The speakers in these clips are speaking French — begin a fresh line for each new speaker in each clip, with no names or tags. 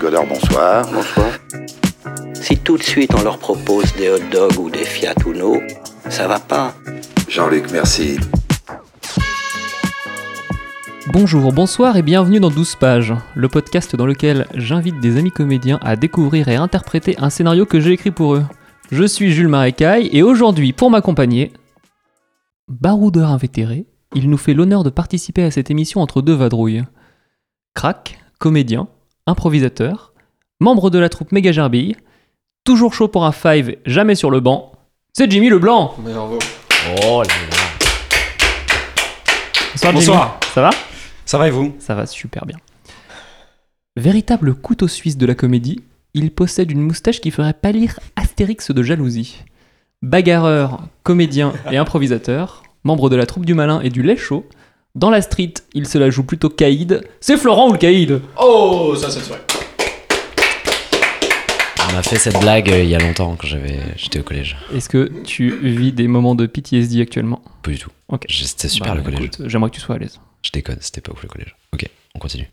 Godard, bonsoir.
Bonsoir.
Si tout de suite on leur propose des hot dogs ou des Fiat Uno, ça va pas.
Jean-Luc, merci.
Bonjour, bonsoir et bienvenue dans 12 pages, le podcast dans lequel j'invite des amis comédiens à découvrir et interpréter un scénario que j'ai écrit pour eux. Je suis Jules Marécaille et aujourd'hui, pour m'accompagner, baroudeur invétéré, il nous fait l'honneur de participer à cette émission entre deux vadrouilles. Crac, comédien, improvisateur, membre de la troupe Méga Gerbille, toujours chaud pour un five, jamais sur le banc, c'est Jimmy Leblanc
Oh là là.
Bonsoir,
Bonsoir.
Jimmy. Ça va
Ça va et vous
Ça va super bien. Véritable couteau suisse de la comédie, il possède une moustache qui ferait pâlir Astérix de jalousie. Bagarreur, comédien et improvisateur, membre de la troupe du malin et du lait chaud, dans la street, il se la joue plutôt caïd. C'est Florent ou le caïd
Oh, ça c'est vrai.
On m'a fait cette blague euh, il y a longtemps quand j'avais, j'étais au collège.
Est-ce que tu vis des moments de PTSD actuellement
Pas du tout.
Ok.
J'ai- C'était super
Bah,
le collège.
écoute, J'aimerais que tu sois à l'aise.
Je déconne, c'était pas ouf le collège. Ok, on continue.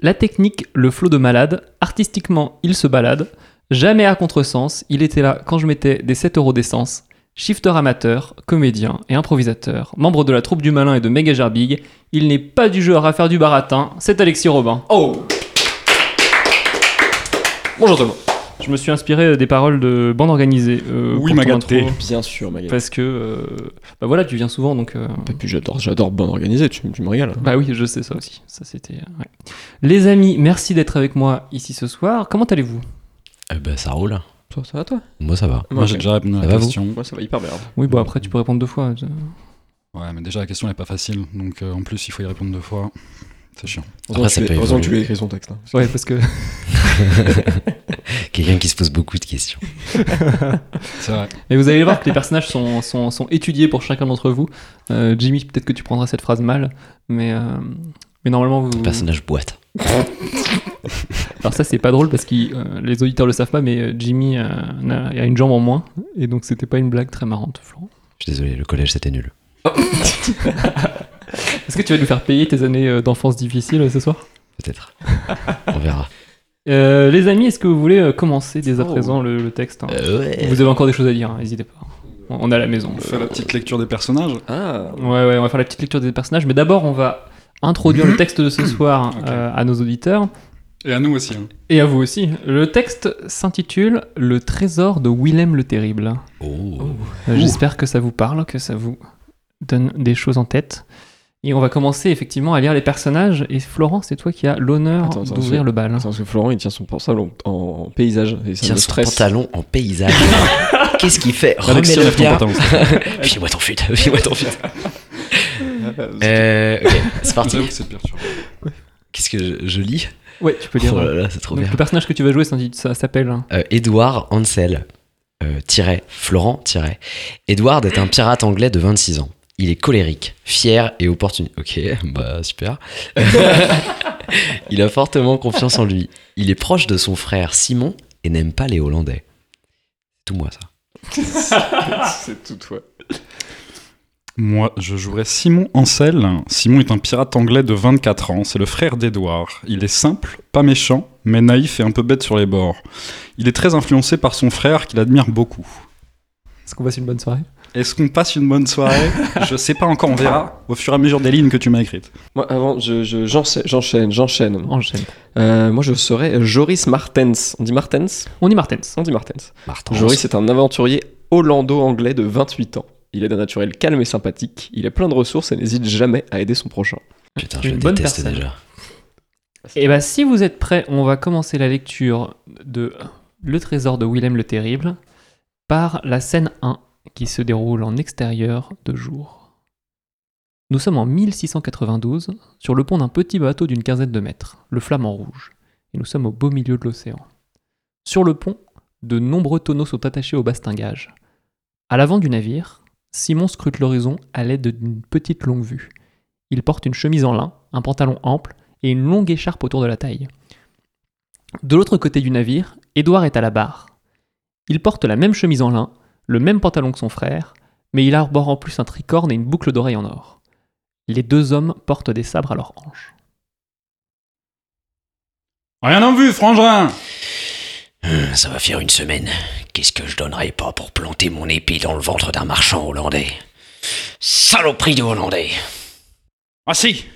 La technique, le flot de malade, artistiquement, il se balade, jamais à contresens, il était là quand je mettais des 7 euros d'essence, shifter amateur, comédien et improvisateur, membre de la troupe du malin et de Méga Gerbig, il n'est pas du genre à faire du baratin, c'est Alexis Robin.
Oh,
Bonjour tout le monde. Je me suis inspiré des paroles de bande organisée. euh,
Oui,
pour
ma
ton
gâtée.
intro,
bien sûr, Magali.
Parce que, euh, bah voilà, tu viens souvent donc. euh,
Et puis j'adore, j'adore bande organisée, tu, tu me régales.
Bah oui, je sais ça aussi. Ça c'était. euh, ouais. Les amis, merci d'être avec moi ici ce soir. Comment allez-vous
Euh, bah ça roule.
Toi, ça va toi
Moi ça va.
Moi j'ai
ok.
déjà répondu à
Ça
la
va, vous
question.
Moi, ça va hyper bien.
Oui, bon après tu peux répondre deux fois. euh,
Ouais, mais déjà la question n'est pas facile, donc euh, en plus il faut y répondre deux fois. C'est chiant.
Après, ça
que tu,
peut
lui- heureusement que tu lui as
évoluer.
écrit son texte. hein.
Ouais, parce que
Quelqu'un qui se pose beaucoup de questions.
C'est vrai.
Et vous allez voir que les personnages sont, sont, sont étudiés pour chacun d'entre vous. Euh, Jimmy, peut-être que tu prendras cette phrase mal, mais, euh, mais normalement vous.
Le personnage boite.
Alors ça c'est pas drôle parce que euh, les auditeurs le savent pas, mais euh, Jimmy euh, n'a- a une jambe en moins et donc c'était pas une blague très marrante, Florent.
Je suis désolé, le collège c'était nul.
Est-ce que tu vas nous faire payer tes années euh, d'enfance difficiles euh, ce soir
Peut-être. on verra.
Euh, Les amis, est-ce que vous voulez euh, commencer dès à
Oh.
présent le, le texte hein
Euh, ouais.
Vous avez encore des choses à dire, hein, n'hésitez pas. On on est à la maison.
On fait la petite lecture des personnages.
Ah,
Ouais, ouais, on va faire la petite lecture des personnages, mais d'abord on va introduire le texte de ce soir euh, à nos auditeurs.
Et à nous aussi. hein.
Et à vous aussi. Le texte s'intitule Le trésor de Willem le Terrible.
Oh.
Euh, J'espère que ça vous parle, que ça vous donne des choses en tête. Et on va commencer effectivement à lire les personnages. Et Florent, c'est toi qui as l'honneur
Attends, attends,
d'ouvrir
je-
le bal.
c'est parce que Florent il tient son portable en, en paysage et ça
Tiens,
me
son
stresse.
pantalon en paysage. Qu'est-ce qu'il fait Remets
Alexis,
le
enlève ton
bien.
pantalon.
File-moi ton fut. File-moi ton fut.
Ah,
Euh, ok, c'est parti.
J'avoue que c'est perturbant.
Qu'est-ce que je, je lis
Ouais, tu peux lire.
Oh
euh,
là là, c'est trop
donc,
bien.
le personnage que tu vas jouer ça, ça s'appelle. hein.
Euh, Edouard Ansel, euh, tiret, Florent, tiret. Edward est un pirate anglais de 26 ans. Il est colérique, fier et opportuniste. Ok, bah super. il a fortement confiance en lui. Il est proche de son frère Simon et n'aime pas les Hollandais. C'est tout moi ça.
Eh. c'est tout toi.
Moi, je jouerais Simon Ansel. Simon est un pirate anglais de 24 ans. C'est le frère d'Edouard. Il est simple, pas méchant, mais naïf et un peu bête sur les bords. Il est très influencé par son frère qu'il admire beaucoup.
Est-ce qu'on passe une bonne soirée
Est-ce qu'on passe une bonne soirée Je sais pas encore, on verra au fur et à mesure des lignes que tu m'as écrites.
Moi, avant, je, je- j'enchaîne, j'enchaîne, j'enchaîne.
Enchaîne.
Euh, moi, je serais Joris Martens. On dit Martens
On dit Martens.
On dit Martens.
Martin.
Joris est un aventurier hollando-anglais de 28 ans. Il est d'un naturel calme et sympathique, il est plein de ressources et n'hésite jamais à aider son prochain.
Putain, je
Une
le
bonne
déteste
personne.
déjà.
Et bah, si vous êtes prêts, on va commencer la lecture de Le trésor de Willem le Terrible par la scène 1 qui se déroule en extérieur de jour. Nous sommes en 1692 sur le pont d'un petit bateau d'une quinzaine de mètres, le Flamand Rouge, et nous sommes au beau milieu de l'océan. Sur le pont, de nombreux tonneaux sont attachés au bastingage. À l'avant du navire, Simon scrute l'horizon à l'aide d'une petite longue vue. Il porte une chemise en lin, un pantalon ample, et une longue écharpe autour de la taille. De l'autre côté du navire, Édouard est à la barre. Il porte la même chemise en lin, le même pantalon que son frère, mais il arbore en plus un tricorne et une boucle d'oreille en or. Les deux hommes portent des sabres à leurs hanches.
Rien en vue, frangin
Hum, Ça va faire une semaine. Qu'est-ce que je donnerais pas pour planter mon épée dans le ventre d'un marchand hollandais Saloperie de hollandais
Ah si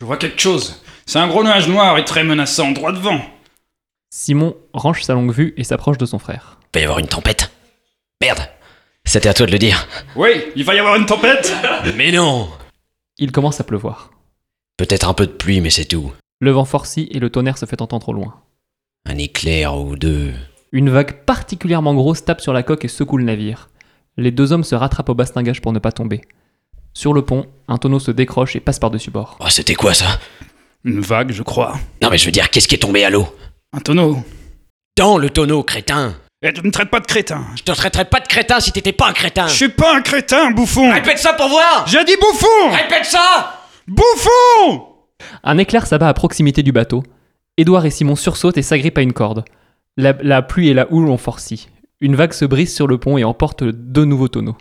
Je vois quelque chose. C'est un gros nuage noir et très menaçant, droit devant.
Simon range sa longue vue et s'approche de son frère.
Il va y avoir une tempête. Merde C'était à toi de le dire.
Oui, il va y avoir une tempête
Mais non
Il commence à pleuvoir.
Peut-être un peu de pluie, mais c'est tout.
Le vent forcit et le tonnerre se fait entendre au loin.
Un éclair ou deux.
Une vague particulièrement grosse tape sur la coque et secoue le navire. Les deux hommes se rattrapent au bastingage pour ne pas tomber. Sur le pont, un tonneau se décroche et passe par-dessus bord.
Oh, c'était quoi ça
Une vague, je crois.
Non, mais je veux dire, qu'est-ce qui est tombé à l'eau
Un tonneau.
Dans le tonneau, crétin
Et tu ne me traites pas de crétin.
Je te traiterais pas de crétin si t'étais pas un crétin
Je suis pas un crétin, bouffon
Répète ça pour voir
J'ai dit bouffon
Répète ça
Bouffon
Un éclair s'abat à proximité du bateau. Édouard et Simon sursautent et s'agrippent à une corde. La, la pluie et la houle ont forci. Une vague se brise sur le pont et emporte deux nouveaux tonneaux.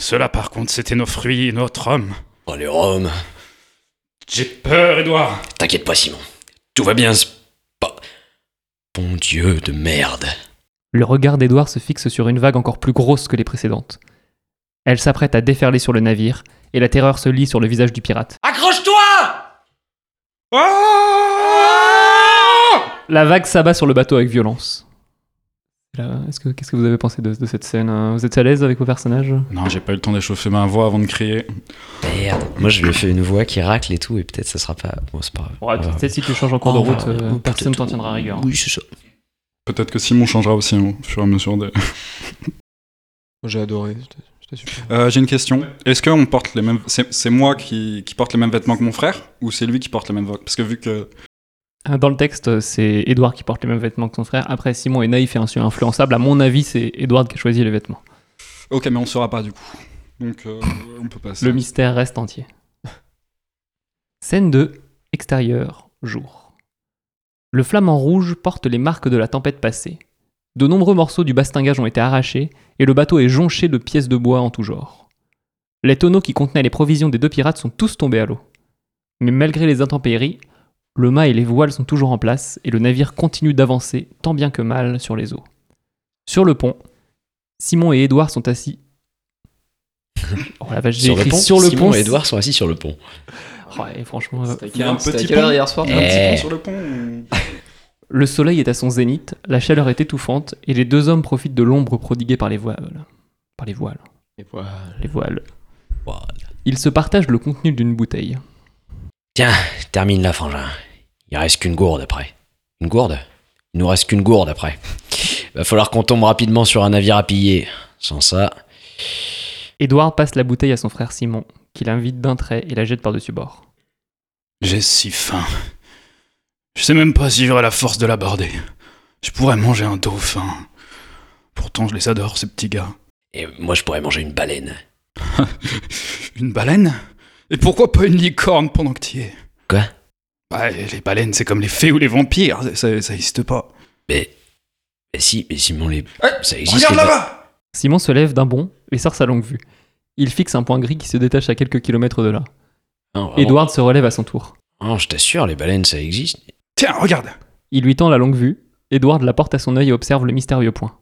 Cela, par contre, c'était nos fruits et notre homme.
Oh, le Rome
J'ai peur, Edouard.
T'inquiète pas, Simon. Tout va bien se... pa- Bon Dieu de merde.
Le regard d'Édouard se fixe sur une vague encore plus grosse que les précédentes. Elle s'apprête à déferler sur le navire, et la terreur se lit sur le visage du pirate.
Accroche-toi Ah
La vague s'abat sur le bateau avec violence. Là, est-ce que- Qu'est-ce que vous avez pensé de, de cette scène hein Vous êtes à l'aise avec vos personnages
Non, j'ai pas eu le temps d'échauffer ma voix avant de crier.
Merde. Moi, je lui fais une voix qui racle et tout, et peut-être ça sera pas... Bon, c'est pas
Ouais,
grave. Euh,
peut-être si tu changes en cours de
oh,
route,
ouais,
euh,
ouais,
personne
peut-être.
t'en tiendra rigueur.
Oui, c'est ça.
Peut-être que Simon changera aussi hein, au fur et à mesure des...
J'ai adoré, c'était- c'était super.
Euh, j'ai une question. Est-ce qu'on porte les mêmes... C'est, c'est moi qui, qui porte les mêmes vêtements que mon frère Ou c'est lui qui porte les mêmes... vêtements Parce que vu que...
Euh, Dans le texte, c'est Édouard qui porte les mêmes vêtements que son frère. Après, Simon est naïf et insu- influençable. À mon avis, c'est Édouard qui a choisi les vêtements.
Ok, mais on saura pas du coup. Donc euh, on peut passer.
Le mystère reste entier. Scène 2. Extérieur. Jour. Le flamand rouge porte les marques de la tempête passée. De nombreux morceaux du bastingage ont été arrachés et le bateau est jonché de pièces de bois en tout genre. Les tonneaux qui contenaient les provisions des deux pirates sont tous tombés à l'eau. Mais malgré les intempéries, le mât et les voiles sont toujours en place et le navire continue d'avancer tant bien que mal sur les eaux. Sur le pont, Simon et Édouard sont assis. Oh la vache, j'ai
Sur le
écrit
pont,
sur le
Simon
pont.
et Edouard sont assis sur le pont.
Ouais, franchement, euh,
C'était à quelle
un
heure- c'était à
petit
quelle heure
pont.
hier soir
Eh.
Un petit pont sur le pont. ou-
Le soleil est à son zénith, la chaleur est étouffante, et les deux hommes profitent de l'ombre prodiguée par les voiles. Par les voiles. Les voiles.
Voilà.
Ils se partagent le contenu d'une bouteille.
Termine la frangin. Il reste qu'une gourde après. Une gourde Il nous reste qu'une gourde après. Va falloir qu'on tombe rapidement sur un navire à piller. Sans ça.
Édouard passe la bouteille à son frère Simon, qui l'invite d'un trait et la jette par-dessus bord.
J'ai si faim. Je sais même pas si j'aurai la force de l'aborder. Je pourrais manger un dauphin. Pourtant, je les adore, ces petits gars.
Et moi, je pourrais manger une baleine.
Une baleine Et pourquoi pas une licorne pendant que t'y es
Quoi
Ouais, les baleines, c'est comme les fées ou les vampires, ça, ça, ça existe pas.
Mais. Mais si, mais Simon les. ça existe.
Regarde
les-
là-bas
Simon se lève d'un bond et sort sa longue vue. Il fixe un point gris qui se détache à quelques kilomètres de là.
Non, vraiment.
Édouard se relève à son tour.
Non, je t'assure, les baleines, ça existe.
Tiens, regarde
Il lui tend la longue vue. Édouard la porte à son œil et observe le mystérieux point.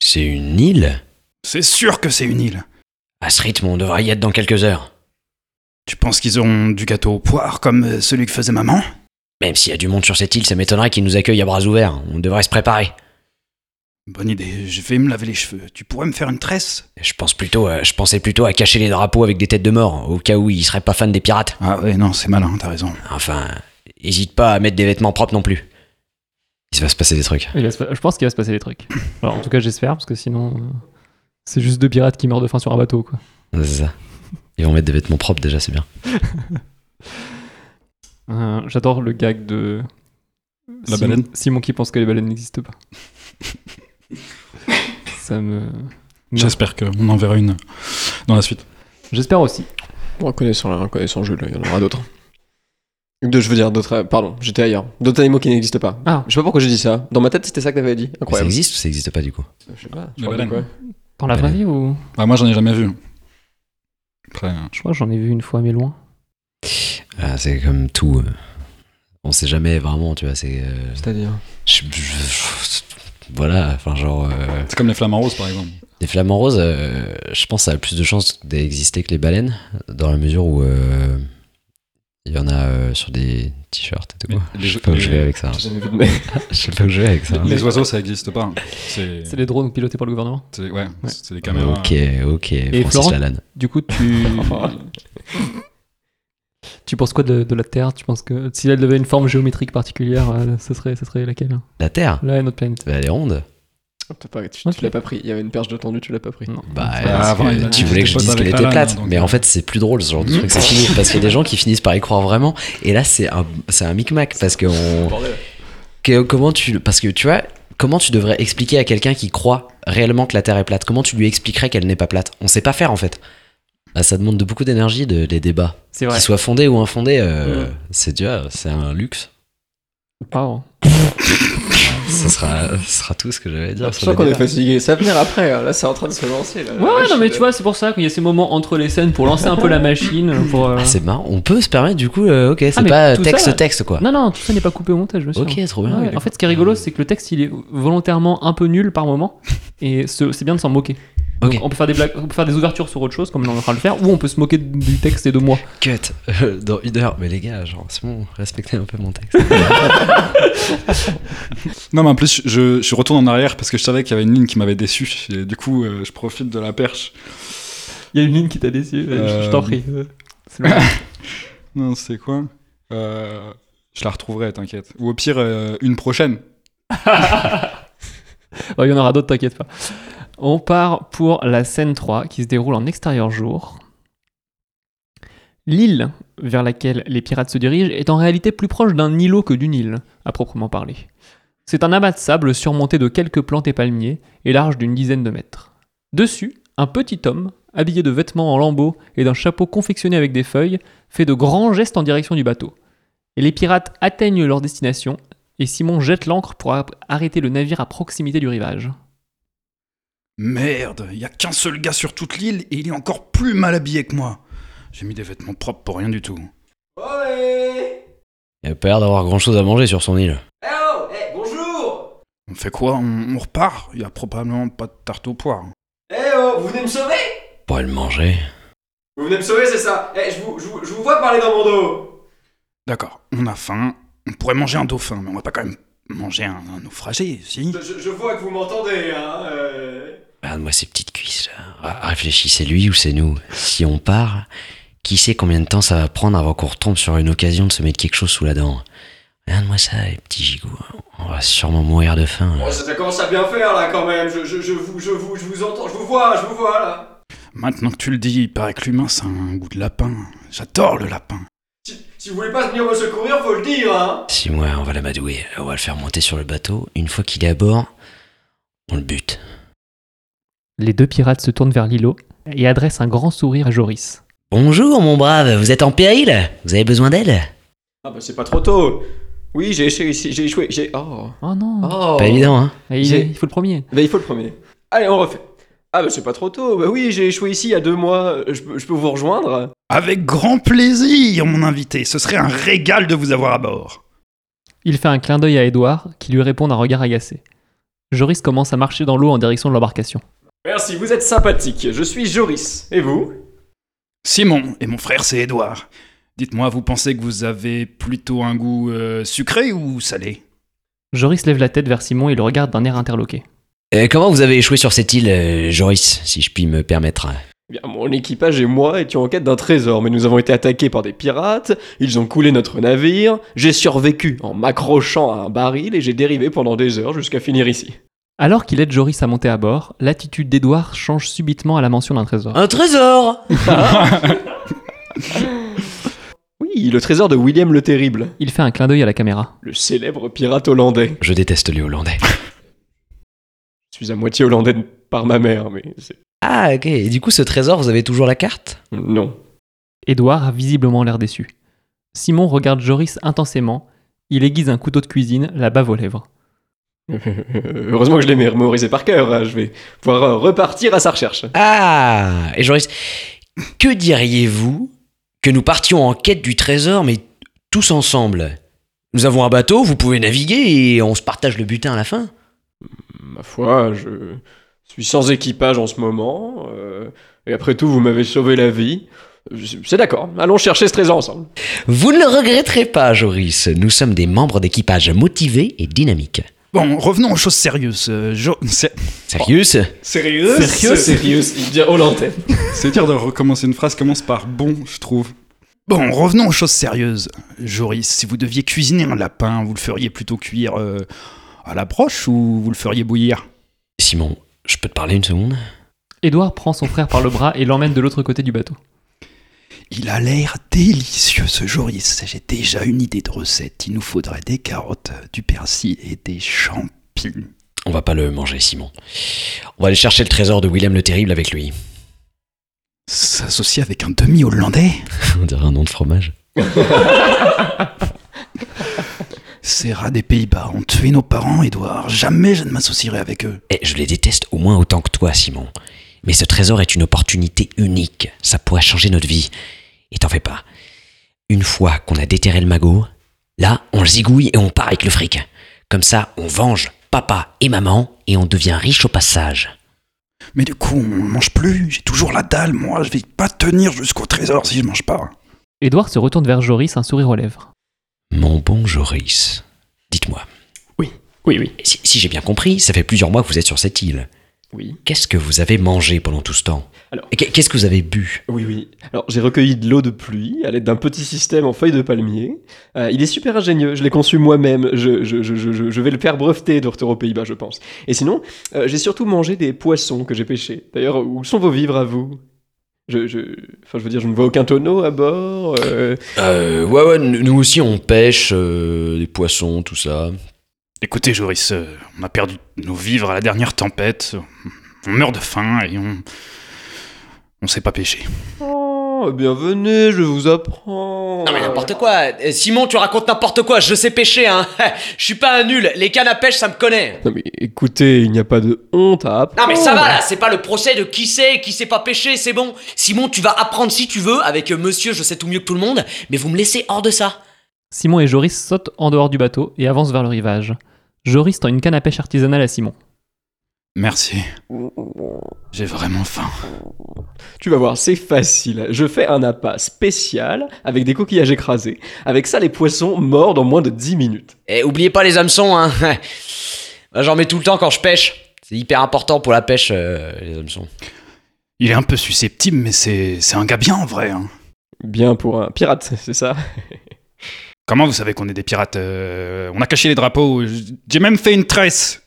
C'est une île
C'est sûr que c'est une île.
À ce rythme, on devrait y être dans quelques heures.
Tu penses qu'ils auront du gâteau aux poires comme euh, celui que faisait maman
Même s'il y a du monde sur cette île, ça m'étonnerait qu'ils nous accueillent à bras ouverts. On devrait se préparer.
Bonne idée, je vais me laver les cheveux. Tu pourrais me faire une tresse
Je pense plutôt, à- je pensais plutôt à cacher les drapeaux avec des têtes de mort, au cas où ils seraient pas fans des pirates.
Ah ouais, non, c'est malin, t'as raison.
Enfin, hésite pas à mettre des vêtements propres non plus. Il va se passer des trucs.
Il va se pa- Je pense qu'il va se passer des trucs. Alors, en tout cas, j'espère, parce que sinon, euh, c'est juste deux pirates qui meurent de faim sur un bateau, quoi.
C'est ça. Ils vont mettre des vêtements propres déjà, c'est bien.
Euh, J'adore le gag de.
La
Simon,
baleine.
Simon qui pense que les baleines n'existent pas. Ça me. Non.
J'espère qu'on en verra une dans la suite.
J'espère aussi.
Bon, en connaissant, en connaissant Jules, il y en aura d'autres. De, je veux dire, d'autres. euh, Pardon, j'étais ailleurs. D'autres animaux qui n'existent pas.
Ah.
Je sais pas pourquoi j'ai dit ça. Dans ma tête, c'était ça que t'avais dit.
Ça
Incroyable.
existe ou ça existe pas du coup
Je sais pas. Je
Les
crois que
baleines.
quoi.
Dans la vraie
Baleine.
vie ou.
Bah, moi, j'en ai jamais vu. Après, euh,
Je crois que j'en ai vu une fois, mais loin.
Ah, C'est comme tout. euh, On sait jamais vraiment, tu vois. C'est. euh,
C'est-à-dire
je- je- je- voilà, enfin, genre. euh,
C'est comme les flamants roses, par exemple.
Les flamants roses, euh, je pense que ça a plus de chances d'exister que les baleines, dans la mesure où euh, il y en a euh, sur des t-shirts et tout.
Mais les-
je sais pas où
les-
je vais avec ça. hein.
J'ai jamais vu de mec.
Je sais pas où je vais avec ça.
Les oiseaux, ça n'existe pas. C'est
C'est des drones pilotés par le gouvernement.
c'est- ouais, c'est des caméras.
Ok, ok, Francis
Florent
Lalanne.
Du coup, tu. tu penses quoi de, de la Terre Tu penses que si elle devait une forme géométrique particulière, euh, ce serait, ce serait laquelle hein
La Terre
Là, notre planète.
bah, Elle est ronde.
T'as pas- tu tu l'as pas pris. Il y avait une perche de tendu, tu l'as pas pris.
Non.
Bah,
Ah,
parce
avant,
que
il a dit
tu voulais que je
que
dise
c'était pas
qu'elle
avec
était
la
plate,
lame, donc,
mais
euh.
en fait c'est plus drôle ce genre de truc, c'est fini, parce qu'il y a des gens qui finissent par y croire vraiment, et là c'est un, c'est un micmac, parce que, on- que- comment tu, parce que tu vois, comment tu devrais expliquer à quelqu'un qui croit réellement que la Terre est plate, comment tu lui expliquerais qu'elle n'est pas plate On sait pas faire en fait. Bah, ça demande de beaucoup d'énergie de, les débats,
C'est vrai.
qu'ils soient fondés ou infondés, euh, c'est tu vois, c'est un luxe.
Pardon.
Ce sera, ce sera tout ce que j'avais à dire.
Je
sur
sens
les
qu'on est hein.
débats.
fatigué. Ça va venir après. hein. Là, c'est en train de se lancer. là.
Ouais,
Là,
ouais,
je
non,
suis
mais
là.
tu vois, c'est pour ça qu'il y a ces moments entre les scènes pour lancer un peu la machine. Pour, euh,
Ah, c'est marrant, on peut se permettre du coup, euh, ok, c'est
mais
pas
tout ça-
texte-texte quoi.
Non, non, tout ça n'est pas coupé au montage, monsieur.
Ok, trop bien.
Ouais, en fait, ce qui est rigolo, c'est que le texte, il est volontairement un peu nul par moment, et ce- c'est bien de s'en moquer. Donc,
Ok.
on peut faire des blagues, on peut faire des ouvertures sur autre chose, comme on est en train de le faire, ou on peut se moquer du texte et de moi.
Cut euh, dans une heure. Mais les gars, genre, c'est bon, respectez un peu mon texte.
Non, mais en plus, je, je retourne en arrière parce que je savais qu'il y avait une ligne qui m'avait déçu. Et du coup, euh, je profite de la perche.
Il y a une ligne qui t'a déçu, je- je t'en
Euh,
prie. C'est le-
Non, c'est quoi Euh, Je la retrouverai, t'inquiète. Ou au pire, euh, une prochaine.
Ouais, Il y en aura d'autres, t'inquiète pas. On part pour la scène 3 qui se déroule en extérieur jour. L'île vers laquelle les pirates se dirigent est en réalité plus proche d'un îlot que d'une île, à proprement parler. C'est un amas de sable surmonté de quelques plantes et palmiers et large d'une dizaine de mètres. Dessus, un petit homme, habillé de vêtements en lambeaux et d'un chapeau confectionné avec des feuilles, fait de grands gestes en direction du bateau. Et les pirates atteignent leur destination et Simon jette l'ancre pour a- arrêter le navire à proximité du rivage.
Merde, il y a qu'un seul gars sur toute l'île et il est encore plus mal habillé que moi. J'ai mis des vêtements propres pour rien du tout.
Oh,
Il a pas l'air d'avoir grand chose à manger sur son île.
Eh oh,
On fait quoi on, on repart Il y a probablement pas de tarte aux poires.
Eh oh, vous venez me sauver
Pour le manger.
Vous venez me sauver, c'est ça Eh, je vous, je, vous, je vous vois parler dans mon dos
D'accord, on a faim. On pourrait manger un dauphin, mais on va pas quand même manger un, un naufragé, si
Je, je- je vois que vous m'entendez, hein euh.
Regarde-moi ces petites cuisses là. R- Réfléchis, c'est lui ou c'est nous Si on part, qui sait combien de temps ça va prendre avant qu'on retombe sur une occasion de se mettre quelque chose sous la dent Regarde-moi ça, les petits gigots. hein. On va sûrement mourir de faim. là.
Oh, ça, ça commence à bien faire, là, quand même je, je, je vous, je vous, je vous entends, je vous vois, je vous vois, là
Maintenant que tu le dis, il paraît que l'humain, ça a un goût de lapin. J'adore le lapin.
si, si vous voulez pas venir me secourir, faut le dire, hein
Si moi, on va l'amadouer. euh, On va le faire monter sur le bateau. Une fois qu'il est à bord, on le bute.
Les deux pirates se tournent vers l'îlot et adressent un grand sourire à Joris.
Bonjour, mon brave. Vous êtes en péril Vous avez besoin d'aide
Ah bah c'est pas trop tôt. Oui, j'ai échoué. ici, J'ai échoué. J'ai. Oh.
Oh non
Oh.
Pas évident, hein
Et il,
j'ai-
il faut le premier.
Eh ben,
Bah il faut le premier. Allez, on refait. Ah bah c'est pas trop tôt. Bah oui, j'ai échoué ici il y a deux mois. Je, peux- je peux vous rejoindre
Avec grand plaisir, mon invité. Ce serait un régal de vous avoir à bord.
Il fait un clin d'œil à Édouard, qui lui répond d'un regard agacé. Joris commence à marcher dans l'eau en direction de l'embarcation.
Merci, vous êtes sympathique. Je suis Joris. Et vous
Simon et mon frère, c'est Édouard. Dites-moi, vous pensez que vous avez plutôt un goût euh, sucré ou salé
Joris lève la tête vers Simon et le regarde d'un air interloqué.
Euh, comment vous avez échoué sur cette île, euh, Joris, si je puis me permettre euh
Eh Bien, mon équipage et moi étions en quête d'un trésor, mais nous avons été attaqués par des pirates, ils ont coulé notre navire, j'ai survécu en m'accrochant à un baril et j'ai dérivé pendant des heures jusqu'à finir ici.
Alors qu'il aide Joris à monter à bord, l'attitude d'Édouard change subitement à la mention d'un trésor.
Un trésor
Oui, le trésor de William le Terrible,
Il fait un clin d'œil à la caméra.
le célèbre pirate hollandais.
Je déteste les Hollandais.
Je suis à moitié hollandais par ma mère, mais c'est...
Ah, ok. Et du coup, ce trésor, vous avez toujours la carte
Non.
Édouard a visiblement l'air déçu. Simon regarde Joris intensément. Il aiguise un couteau de cuisine, la bave aux lèvres.
Euh, Heureusement que je l'ai mémorisé par cœur, hein, je vais pouvoir euh, repartir à sa recherche.
Ah Et Joris, que diriez-vous que nous partions en quête du trésor, mais tous ensemble Nous avons un bateau, vous pouvez naviguer et on se partage le butin à la fin.
Ma foi, je suis sans équipage en ce moment. euh, et après tout, vous m'avez sauvé la vie. Je- C'est d'accord, allons chercher ce trésor ensemble.
Vous ne le regretterez pas, Joris. Nous sommes des membres d'équipage motivés et dynamiques.
Bon, revenons aux choses sérieuses. euh, Jo- C'est
Sérieux
Sérieux
Sérieux Sérieux, il dit hollandais.
c'est dur de recommencer une phrase commence par bon, je trouve.
Bon, revenons aux choses sérieuses. Joris, si vous deviez cuisiner un lapin, vous le feriez plutôt cuire euh, à la broche ou vous le feriez bouillir
Simon, je peux te parler une seconde
Édouard prend son frère par le bras et l'emmène de l'autre côté du bateau.
Il a l'air délicieux ce Joris. J'ai déjà une idée de recette. Il nous faudrait des carottes, du persil et des champignons.
On va pas le manger, Simon. On va aller chercher le trésor de Willem le Terrible avec lui.
S'associer avec un demi-hollandais
On dirait un nom de fromage.
Ces rats des Pays-Bas ont tué nos parents, Edouard. Jamais je ne m'associerai avec eux.
Eh, je les déteste au moins autant que toi, Simon. Mais ce trésor est une opportunité unique. Ça pourrait changer notre vie. Et t'en fais pas. Une fois qu'on a déterré le magot, là, on le zigouille et on part avec le fric. Comme ça, on venge papa et maman et on devient riche au passage.
Mais du coup, on ne mange plus. J'ai toujours la dalle, moi. Je vais pas tenir jusqu'au trésor si je mange pas.
Édouard se retourne vers Joris, un sourire aux lèvres.
Mon bon Joris, dites-moi,
Oui, oui,
si, si j'ai bien compris, ça fait plusieurs mois que vous êtes sur cette île.
oui.
Qu'est-ce que vous avez mangé pendant tout ce temps
Alors-
Et qu'est- Qu'est-ce que vous avez bu
Oui, oui. Alors, j'ai recueilli de l'eau de pluie à l'aide d'un petit système en feuilles de palmier. Euh, il est super ingénieux, je l'ai conçu moi-même. Je, je, je, je, je vais le faire breveter de retour aux Pays-Bas, je pense. Et sinon, euh, j'ai surtout mangé des poissons que j'ai pêchés. D'ailleurs, où sont vos vivres à vous je, je, Enfin, je veux dire, je ne vois aucun tonneau à bord. euh,
Euh, ouais, ouais, nous nous aussi on pêche euh, des poissons, tout ça.
Écoutez, Joris, euh, on a perdu nos vivres à la dernière tempête. On meurt de faim et on. On sait pas pêcher.
Oh, bienvenue, je vous apprends.
Non mais n'importe quoi, Euh, Simon tu racontes n'importe quoi, je sais pêcher hein, je suis pas un nul, les cannes à pêche ça me connaît.
Non, mais écoutez, il n'y a pas de honte à apprendre.
Non mais ça va là, c'est pas le procès de qui sait, et qui sait pas pêcher, c'est bon. Simon tu vas apprendre si tu veux, avec euh, monsieur je sais tout mieux que tout le monde, mais vous me laissez hors de ça.
Simon et Joris sautent en dehors du bateau et avancent vers le rivage. Joris tend une canne à pêche artisanale à Simon.
Merci. J'ai vraiment faim.
Tu vas voir, c'est facile. Je fais un appât spécial avec des coquillages écrasés. Avec ça, les poissons mordent en moins de 10 minutes.
Et Eh, oubliez pas les hameçons hein, Moi, j'en mets tout le temps quand je pêche, c'est hyper important pour la pêche euh, les hameçons.
Il est un peu susceptible, mais c'est c'est un gars bien en vrai. hein.
Bien pour un pirate, c'est ça
Comment vous savez qu'on est des pirates Euh, On a caché les drapeaux. j- J'ai même fait une tresse.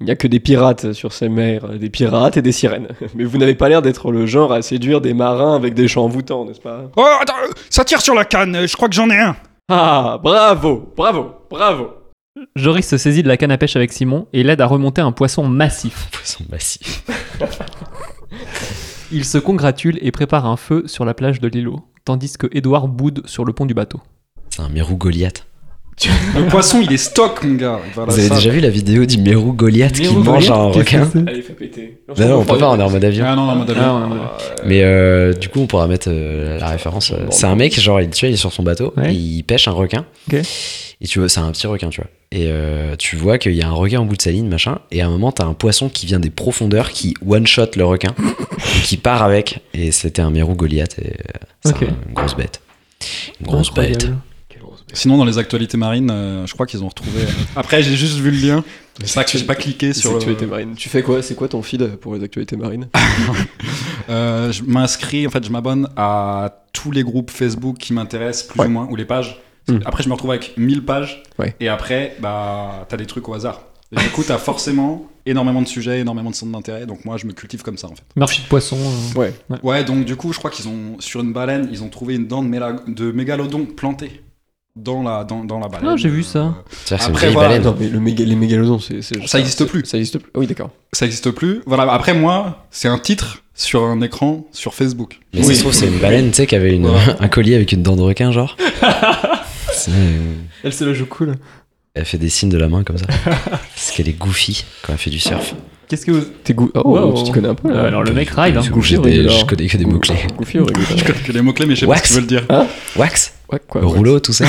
Il n'y a que des pirates sur ces mers, des pirates et des sirènes. Mais vous n'avez pas l'air d'être le genre à séduire des marins avec des chants envoûtants, n'est-ce pas
Oh, attends, ça tire sur la canne. euh, Je crois que j'en ai un.
Ah, bravo, bravo, bravo
Joris se saisit de la canne à pêche avec Simon et l'aide à remonter un poisson massif.
Poisson massif.
Ils se congratulent et préparent un feu sur la plage de l'îlot, tandis que Édouard boude sur le pont du bateau.
C'est un mérou Goliath.
Le poisson, il est stock, mon gars. Il va à la
Vous avez
salle.
déjà vu la vidéo du mérou Goliath qui
Mérou
mange
Goliath,
un
qu'est-ce que
requin
hein.
c'est
Allez, fais péter.
Non, non, on peut pas, on est en mode avion.
Ah non, non, madame.
Ah, on a mal.
Mais euh, du coup, on pourra mettre euh, la référence. euh, C'est un mec, genre, il, tu vois, il est sur son bateau,
Ouais.
et il pêche un requin.
Ok.
Et tu vois, c'est un petit requin, tu vois. Et euh, tu vois qu'il y a un requin au bout de sa ligne, machin. Et à un moment, t'as un poisson qui vient des profondeurs qui one-shot le requin et qui part avec. Et c'était un mérou Goliath. Et, euh, c'est
Ok.
un- une grosse bête. Une grosse bête.
Incroyable.
Sinon, dans les actualités marines, euh, je crois qu'ils ont retrouvé. euh, Après, j'ai juste vu le lien. C'est vrai que j'ai pas cliqué
Sur
sur.
l'actualité
Le...
marine. Tu fais quoi C'est quoi ton feed pour les actualités marines
Euh, je m'inscris, en fait, je m'abonne à tous les groupes Facebook qui m'intéressent plus
Ouais.
ou moins, ou les pages.
Hmm.
Après, je me retrouve avec 1000 pages.
Ouais.
Et après, bah, t'as des trucs au hasard. Et du coup, t'as forcément énormément de sujets, énormément de centres d'intérêt. Donc, moi, je me cultive comme ça, en fait.
Marché de poissons. euh.
Ouais.
Ouais, donc du coup, je crois qu'ils ont, sur une baleine, ils ont trouvé une dent de, méla- de mégalodon plantée dans la, dans, dans la baleine.
Ah, j'ai vu ça.
Euh,
C'est-à-dire que c'est une
Après,
vieille
voilà,
baleine.
Non, mais le méga- les mégalodons, c'est. c'est-
Ça existe plus.
Ça existe plus. Ah Oui, d'accord.
Ça existe plus. Voilà, après, moi, c'est un titre sur un écran sur Facebook.
Mais ça se trouve, c'est une baleine, tu sais, qui avait une,
Ouais.
un collier avec une dent de requin, genre. C'est-
Elle se la joue cool.
elle fait des signes de la main comme ça. Parce qu'elle est goofy quand elle fait du surf.
Qu'est-ce que vous.
T'es goût. Oh,
Wow.
tu t'y connais un peu là.
Euh, Alors le mec ride. hein.
Du coup, j'ai
Goofy,
des-
alors.
je connais que des mots-clés.
Goofy, au
Je connais que les mots-clés, mais je sais pas
Wax. Euh,
ce qu'ils veulent dire.
Wax,
Ouais, quoi.
rouleau, tout ça.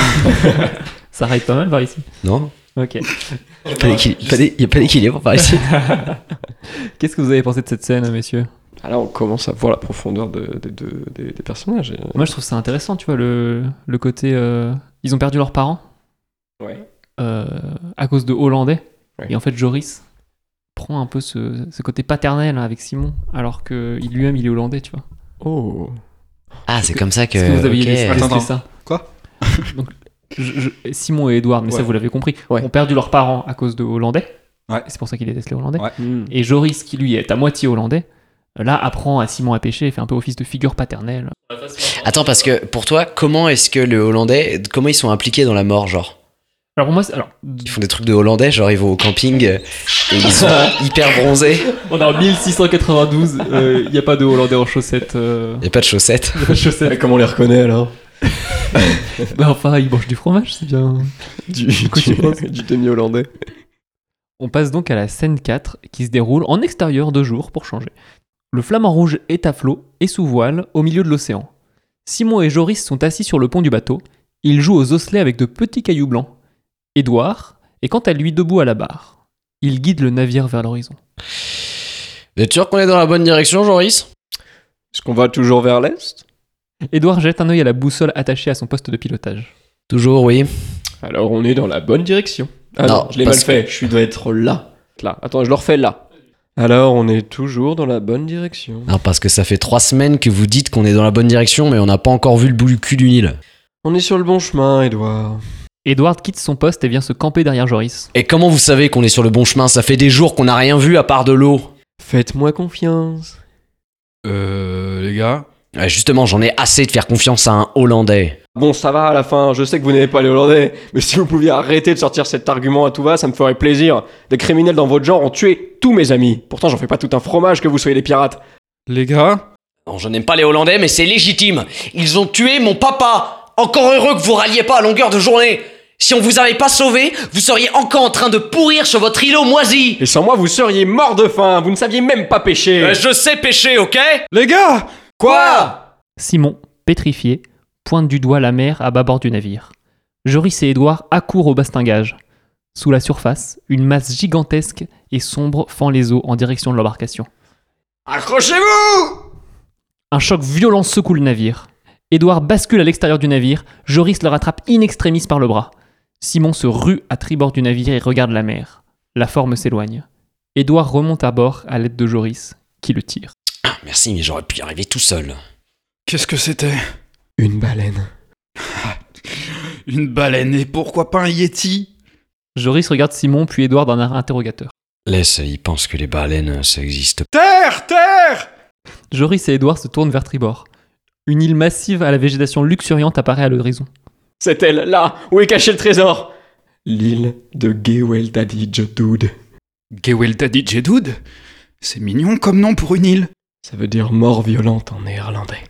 Ça raille pas mal par ici.
Non
Ok.
Il n'y a pas d'équilibre par ici.
Qu'est-ce que vous avez pensé de cette scène, messieurs
Alors, on commence à voir la profondeur de, de- de- des- des personnages. et-
Moi, je trouve ça intéressant, tu vois, le, le côté. euh, ils ont perdu leurs parents
Ouais.
euh, à cause de Hollandais.
Ouais.
Et en fait, Joris prend un peu ce, ce côté paternel hein, avec Simon, alors que il- lui-même, il est Hollandais, tu vois.
Oh.
Ah, c'est comme ça que.
Est-ce que vous aviez
ok.
testé
Attends, attends.
ça
Quoi
Donc, je- je- Simon et Edouard, mais ça
Ouais.
vous l'avez compris,
Ouais.
ont perdu leurs parents à cause de Hollandais.
Ouais.
C'est pour ça qu'ils détestent les Hollandais.
Ouais.
Hmm.
Et Joris, qui lui est à moitié Hollandais, là apprend à Simon à pêcher et fait un peu office de figure paternelle.
Attends, parce que pour toi, comment est-ce que le Hollandais. Comment ils sont impliqués dans la mort, genre
Alors pour moi, c'est- alors,
Ils font des trucs de Hollandais, genre ils vont au camping euh, et ils sont hyper bronzés.
on est en 1692, il n'y euh, a pas de Hollandais en chaussettes. euh,
Il a pas de chaussettes.
en chaussettes.
Eh, Comment on les reconnaît alors
Mais Bah, enfin, ils mangent du fromage, c'est bien.
Du, du,
Quoi tu penses
du demi-hollandais.
On passe donc à la scène 4 qui se déroule en extérieur de jour pour changer. Le flamant rouge est à flot et sous voile au milieu de l'océan. Simon et Joris sont assis sur le pont du bateau. Ils jouent aux osselets avec de petits cailloux blancs. Édouard est quant à lui debout à la barre. Il guide le navire vers l'horizon.
Vous êtes sûr qu'on est dans la bonne direction, Joris
Est-ce qu'on va toujours vers l'est
Édouard jette un œil à la boussole attachée à son poste de pilotage.
Toujours, oui.
Alors on est dans la bonne direction. Ah
Non,
non, je l'ai mal
parce que-
fait. Je dois être là. Là. Attends, je le refais là. Alors on est toujours dans la bonne direction.
Non, parce que ça fait trois semaines que vous dites qu'on est dans la bonne direction, mais on n'a pas encore vu le bout du cul du Nil.
On est sur le bon chemin, Edouard.
Édouard quitte son poste et vient se camper derrière Joris.
Et comment vous savez qu'on est sur le bon chemin Ça fait des jours qu'on n'a rien vu à part de l'eau.
Faites-moi confiance.
Euh, les gars,
Ouais, Justement, j'en ai assez de faire confiance à un Hollandais.
Bon, ça va à la fin. Je sais que vous n'aimez pas les Hollandais, mais si vous pouviez arrêter de sortir cet argument à tout va, ça me ferait plaisir. Des criminels dans votre genre ont tué tous mes amis. Pourtant, j'en fais pas tout un fromage que vous soyez des pirates.
les gars,
Non, je n'aime pas les Hollandais, mais c'est légitime. Ils ont tué mon papa. Encore heureux que vous ralliez pas à longueur de journée. Si on vous avait pas sauvé, vous seriez encore en train de pourrir sur votre îlot moisi.
Et sans moi, vous seriez morts de faim. Vous ne saviez même pas pêcher.
Euh, je sais pêcher, ok
les gars,
Quoi
Simon, pétrifié, pointe du doigt la mer à bâbord du navire. Joris et Édouard accourent au bastingage. Sous la surface, une masse gigantesque et sombre fend les eaux en direction de l'embarcation.
Accrochez-vous
Un choc violent secoue le navire. Édouard bascule à l'extérieur du navire, Joris le rattrape in extremis par le bras. Simon se rue à tribord du navire et regarde la mer. La forme s'éloigne. Édouard remonte à bord à l'aide de Joris, qui le tire.
Merci, mais j'aurais pu y arriver tout seul.
qu'est-ce que c'était
Une baleine.
Une baleine et pourquoi pas un yeti
Joris regarde Simon puis Édouard d'un air interrogateur.
Laisse, il pense que les baleines, ça existe.
Terre, terre
Joris et Édouard se tournent vers tribord. Une île massive à la végétation luxuriante apparaît à l'horizon.
C'est elle, là, où est caché le trésor L'île de Geweldadi Jodud.
Gewelda Dude C'est mignon comme nom pour une île.
Ça veut dire mort violente en néerlandais.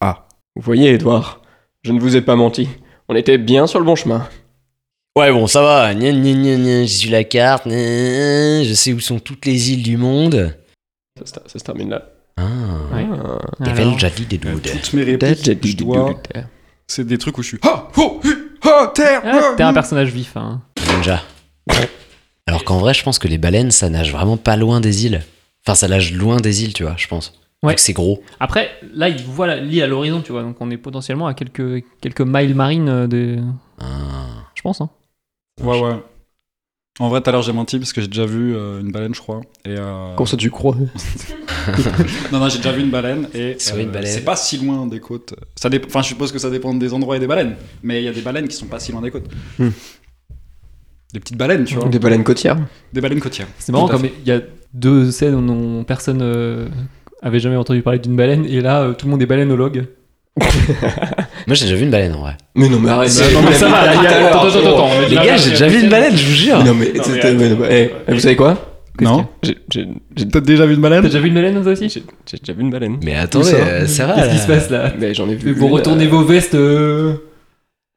Ah.
Vous voyez, Edouard, je ne vous ai pas menti. On était bien sur le bon chemin.
Ouais, bon, ça va. Gna, gna, gna, gna, J'ai su la carte. Gna, gna, gna, Je sais où sont toutes les îles du monde.
Ça, se- ça se termine là.
Ah.
Ouais.
Ah.
Gavel, Jadi, des
Euh,
doudes.
Toutes mes répliques, que je dois, c'est des trucs où je suis. Ah, oh, hu, ah, terre
Ah,
ah,
t'es
hum.
un personnage vif, hein.
Ninja. Alors qu'en vrai, je pense que les baleines, ça nage vraiment pas loin des îles. Enfin, ça nage loin des îles, tu vois, je pense. Vu
Ouais.
que C'est gros.
Après, là, il voit la- l'île à l'horizon, tu vois, donc on est potentiellement à quelques, quelques miles marines euh, de.
Ah.
Je pense, hein.
Ouais, ouais. En vrai, tout à l'heure, j'ai menti parce que j'ai déjà vu euh, une baleine, je crois. Et, euh,
Comment ça tu crois
Non, non, j'ai déjà vu une baleine et euh,
C'est vrai, une baleine.
c'est pas si loin des côtes. Ça dé- Enfin, je suppose que ça dépend des endroits et des baleines, mais il y a des baleines qui sont pas si loin des côtes.
Hmm.
Des petites baleines, tu vois.
Des baleines côtières
Des baleines côtières.
C'est marrant,
Tout à
comme il y a deux scènes où non- personne euh, avait jamais entendu parler d'une baleine, et là, euh, tout le monde est baleinologue.
Moi, j'ai déjà vu une baleine en vrai.
Mais non mais arrête
Non, mais ça va, là, il y a- attends, attends, attends, on est
Les
déjà-
gars, j'ai déjà vu une baleine, je vous jure.
Non mais, c'était- mais non, mais- eh, eh, vous savez quoi
Qu'est-ce
Non
J'ai j'ai- j'ai-
T'as déjà vu une
T'as
baleine
déjà vu une baleine, toi aussi
j'ai- j'ai déjà vu une baleine.
Mais attendez,
Où ça
euh, ça va.
Qu'est-ce qui
là
se passe là
Mais j'en ai Ah. vu.
Mais Vous
une,
retournez
euh,
vos vestes. euh,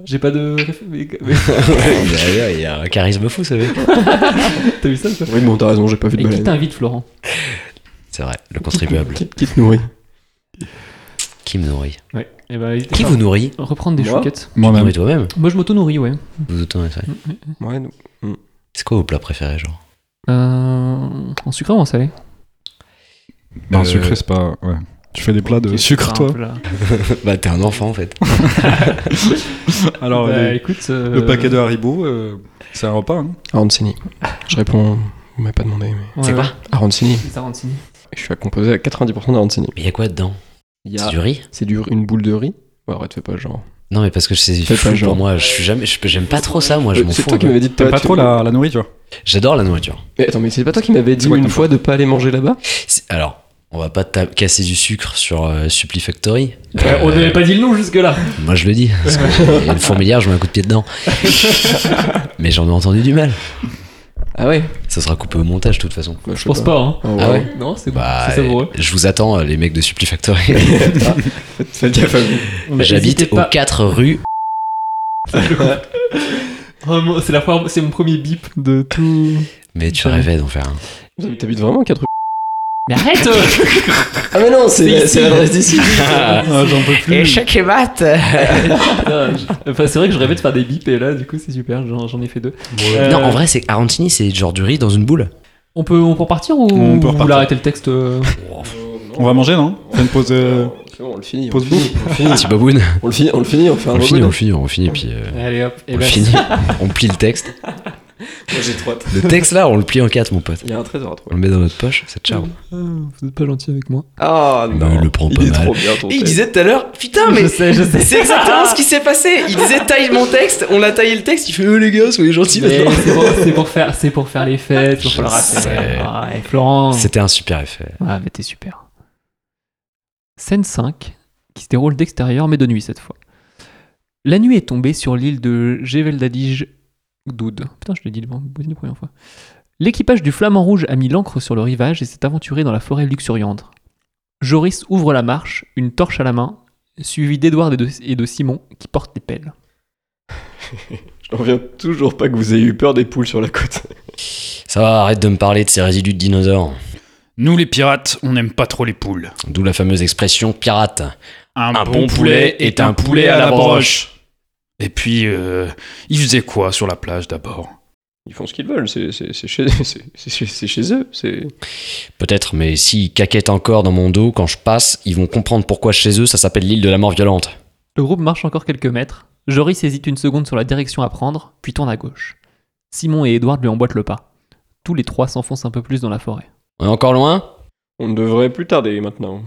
J'ai pas de. réf- mais- mais-
D'ailleurs, Il y a un charisme fou, ça mec.
T'as vu ça, toi
Oui bon t'as raison j'ai pas vu de
Et qui
baleine.
t'invite, Florent
C'est vrai, le contribuable.
Petite petite nourrice.
Qui me nourrit
Ouais. Eh ben, n'hésitez
Qui
pas
vous nourrit
à Reprendre des
Moi
chouquettes.
Nourris
Moi-même.
toi-même
Moi, je m'auto-nourris, ouais.
Vous auto-nourrissez.
Ouais, non.
C'est quoi vos plats préférés, genre
Euh, en sucré ou en salé
Ben,
Euh,
sucré, c'est pas. Ouais. Tu fais des plats de
Ok,
sucre,
un
toi
peu là.
Bah, t'es un enfant en fait.
Alors,
Bah,
les-
écoute.
le paquet de Haribo, euh, c'est un repas. hein.
Arancini. Je réponds, vous m'avez pas demandé, mais.
C'est
quoi
Arancini.
Tarantini.
Je suis à composer à 90% d'arancini.
Mais y a quoi dedans
Il y
C'est
a-
du riz
C'est du... une boule de riz Ouais, arrête, fais pas genre.
Non, mais parce que c'est
Fais pas
flou
genre.
pour moi. Je suis jamais. je- J'aime pas trop ça, moi. Je
Euh,
m'en
c'est
fous.
toi
un
qui
peu.
m'avais dit de
T'aimes
pas.
pas
tu-
trop la, la nourriture.
J'adore la nourriture.
Mais attends, mais c'est pas toi qui m'avais dit
quoi
une
comme
fois de pas aller manger là-bas
C'est- Alors, on va pas ta- casser du sucre sur euh, Supplifactory. Euh,
on n'avait pas dit le nom jusque-là.
Moi, je le dis. Parce que, il y a une fourmilière, je mets un coup de pied dedans. mais j'en ai entendu du mal.
Ah ouais
Ça sera coupé au montage, de toute façon.
Bah,
Je pense pas. Hein.
Ah ouais,
Ah ouais
Non, c'est bon.
Bah,
c'est savoureux.
je vous attends, euh, les mecs de Supplifactory.
Faites gaffe à vous.
Mais
J'habite
n'hésitez
aux
pas-
4 rues.
Vraiment, Oh, c'est la première- c'est mon premier bip de tout.
Mais tu
Ouais.
rêvais d'en faire un.
Vous- T'habites vraiment 4
Mais arrête
Ah mais non, c'est c'est l'adresse d'ici.
Ah, j'en peux plus.
et mat
Non, je- enfin, c'est vrai que je rêvais de faire des bips et là, du coup, c'est super. J'en, j'en ai fait deux. Euh,
Non, en vrai, c'est Arantini, c'est genre du riz dans une boule.
on peut, on peut repartir ou
On peut
vous
repartir.
voulez arrêter le texte euh,
On va manger, non Fais une pause. euh,
C'est bon, on le finit.
pause bouffe.
Petit baboune.
On le finit, on le finit, on fait un
On le
robot.
finit, on le finit, on le finit, puis euh,
Allez hop. Et
on le finit. On plie le texte.
J'ai trop hâte.
Le texte là, on le plie en quatre, mon pote.
Il y a un trésor à trouver.
On le met dans notre poche, c'est ciao.
vous n'êtes pas gentil avec moi.
Ah
non. Mais le prend pas
Il est
mal.
trop bien ton
Et il
texte.
disait tout à l'heure, putain, mais
Je sais, je sais.
c'est exactement ce qui s'est passé. Il disait taille mon texte, on l'a taillé le texte. Il fait, euh, les gars, soyez gentils
Mais
maintenant.
c'est, pour, c'est pour faire, c'est pour faire les fêtes. Pour
Je
faire le raclette.
sais.
Ah, et Florent.
C'était un super effet.
Ah, mais t'es super. Scène 5, qui se déroule d'extérieur, mais de nuit cette fois. La nuit est tombée sur l'île de Geveldadij Doud. Putain, je l'ai dit devant, la première fois. L'équipage du Flamand Rouge a mis l'ancre sur le rivage et s'est aventuré dans la forêt luxuriante. Joris ouvre la marche, une torche à la main, suivi d'Edouard et de, et de Simon qui portent des pelles.
J'en reviens toujours pas que vous ayez eu peur des poules sur la côte.
Ça va, arrête de me parler de ces résidus de dinosaures.
Nous les pirates, on n'aime pas trop les poules.
D'où la fameuse expression pirate.
Un,
bon poulet est un poulet à la broche.
Et puis, euh, ils faisaient quoi sur la plage d'abord
Ils font ce qu'ils veulent, c'est c'est- c'est chez, c'est- c'est chez- c'est chez eux. c'est-
Peut-être, mais s'ils caquettent encore dans mon dos quand je passe, ils vont comprendre pourquoi chez eux ça s'appelle l'île de la mort violente.
Le groupe marche encore quelques mètres. Joris hésite une seconde sur la direction à prendre, puis tourne à gauche. Simon et Edouard lui emboîtent le pas. Tous les trois s'enfoncent un peu plus dans la forêt.
On est encore loin
On devrait plus tarder maintenant.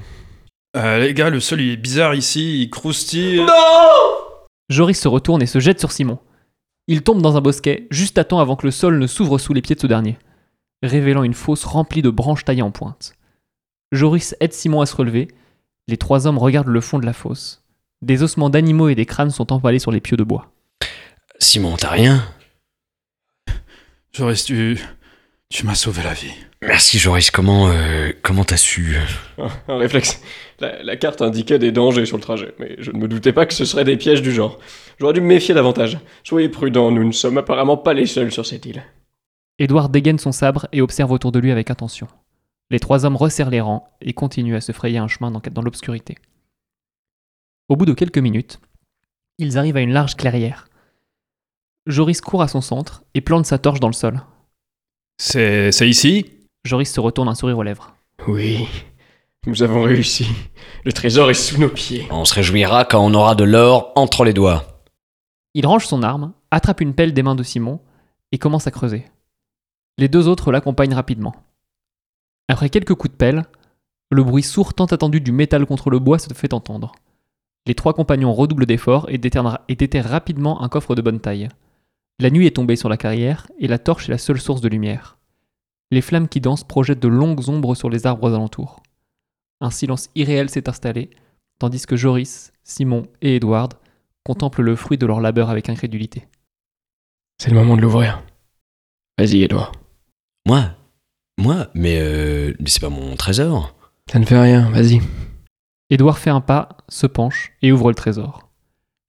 Euh, Les gars, le sol il est bizarre ici, il croustille.
Joris se retourne et se jette sur Simon. Il tombe dans un bosquet, juste à temps avant que le sol ne s'ouvre sous les pieds de ce dernier, révélant une fosse remplie de branches taillées en pointe. Joris aide Simon à se relever. Les trois hommes regardent le fond de la fosse. Des ossements d'animaux et des crânes sont empalés sur les pieux de bois.
Simon, t'as rien
Joris, tu, tu m'as sauvé la vie.
Merci Joris, comment euh, comment t'as su
Un réflexe. La, la carte indiquait des dangers sur le trajet, mais je ne me doutais pas que ce seraient des pièges du genre. J'aurais dû me méfier davantage. Soyez prudents, nous ne sommes apparemment pas les seuls sur cette île.
Édouard dégaine son sabre et observe autour de lui avec attention. Les trois hommes resserrent les rangs et continuent à se frayer un chemin dans, dans l'obscurité. Au bout de quelques minutes, ils arrivent à une large clairière. Joris court à son centre et plante sa torche dans le sol.
C'est c'est ici
Joris se retourne un sourire aux lèvres.
Oui, nous avons réussi. Le trésor est sous nos pieds.
On se réjouira quand on aura de l'or entre les doigts.
Il range son arme, attrape une pelle des mains de Simon et commence à creuser. Les deux autres l'accompagnent rapidement. Après quelques coups de pelle, le bruit sourd tant attendu du métal contre le bois se fait entendre. Les trois compagnons redoublent d'efforts et déterrent, et déterrent rapidement un coffre de bonne taille. La nuit est tombée sur la carrière et la torche est la seule source de lumière. Les flammes qui dansent projettent de longues ombres sur les arbres alentours. Un silence irréel s'est installé, tandis que Joris, Simon et Edward contemplent le fruit de leur labeur avec incrédulité.
C'est le moment de l'ouvrir. Vas-y, Edouard.
Moi Moi Mais euh, mais c'est pas mon trésor.
Ça ne fait rien, vas-y.
Édouard fait un pas, se penche et ouvre le trésor.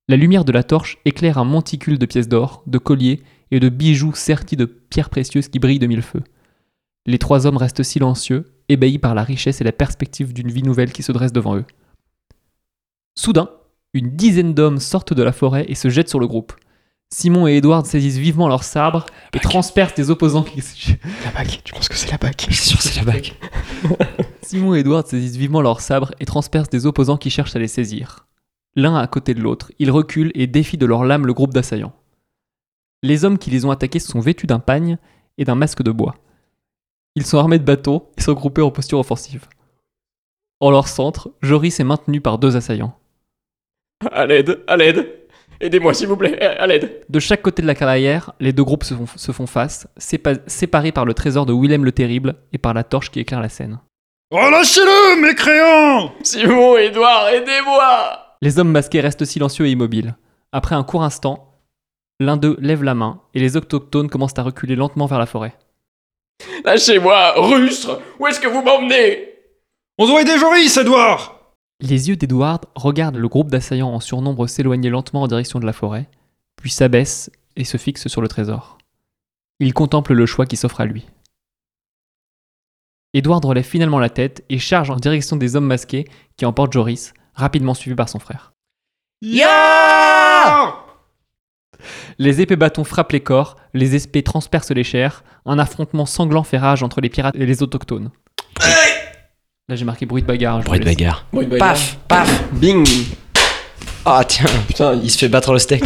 La lumière de la torche éclaire un monticule de pièces d'or, de colliers et de bijoux sertis de pierres précieuses qui brillent de mille feux. Les trois hommes restent silencieux, ébahis par la richesse et la perspective d'une vie nouvelle qui se dresse devant eux. Soudain, une dizaine d'hommes sortent de la forêt et se jettent sur le groupe. Simon et Edward saisissent vivement leurs sabres et transpercent les opposants qui...
La bac, tu penses que c'est la bac
C'est sûr, c'est la bague.
Simon et Edward saisissent vivement leurs sabres et transpercent des opposants qui cherchent à les saisir. L'un à côté de l'autre, ils reculent et défient de leurs lames le groupe d'assaillants. Les hommes qui les ont attaqués sont vêtus d'un pagne et d'un masque de bois. Ils sont armés de bateaux et sont groupés en posture offensive. En leur centre, Joris est maintenu par deux assaillants.
À l'aide, à l'aide Aidez-moi s'il vous plaît, à l'aide
De chaque côté de la carrière, les deux groupes se font, se font face, sépa- séparés par le trésor de Willem le Terrible et par la torche qui éclaire la scène.
Oh, Relâchez-le, mécréant
Simon, Edouard, aidez-moi
Les hommes masqués restent silencieux et immobiles. Après un court instant, l'un d'eux lève la main et les autochtones commencent à reculer lentement vers la forêt.
Lâchez-moi, rustre Où est-ce que vous m'emmenez
On doit aider Joris, Edouard
Les yeux d'Edward regardent le groupe d'assaillants en surnombre s'éloigner lentement en direction de la forêt, puis s'abaisse et se fixe sur le trésor. Il contemple le choix qui s'offre à lui. Edward relève finalement la tête et charge en direction des hommes masqués qui emportent Joris, rapidement suivi par son frère. Les épais bâtons frappent les corps, les espées transpercent les chairs, un affrontement sanglant fait rage entre les pirates et les autochtones. Là j'ai marqué bruit de bagarre. je
Bruit de
vous laisse.
bagarre.
Paf Paf Bing
Ah tiens,
Putain,
il se fait battre le steak.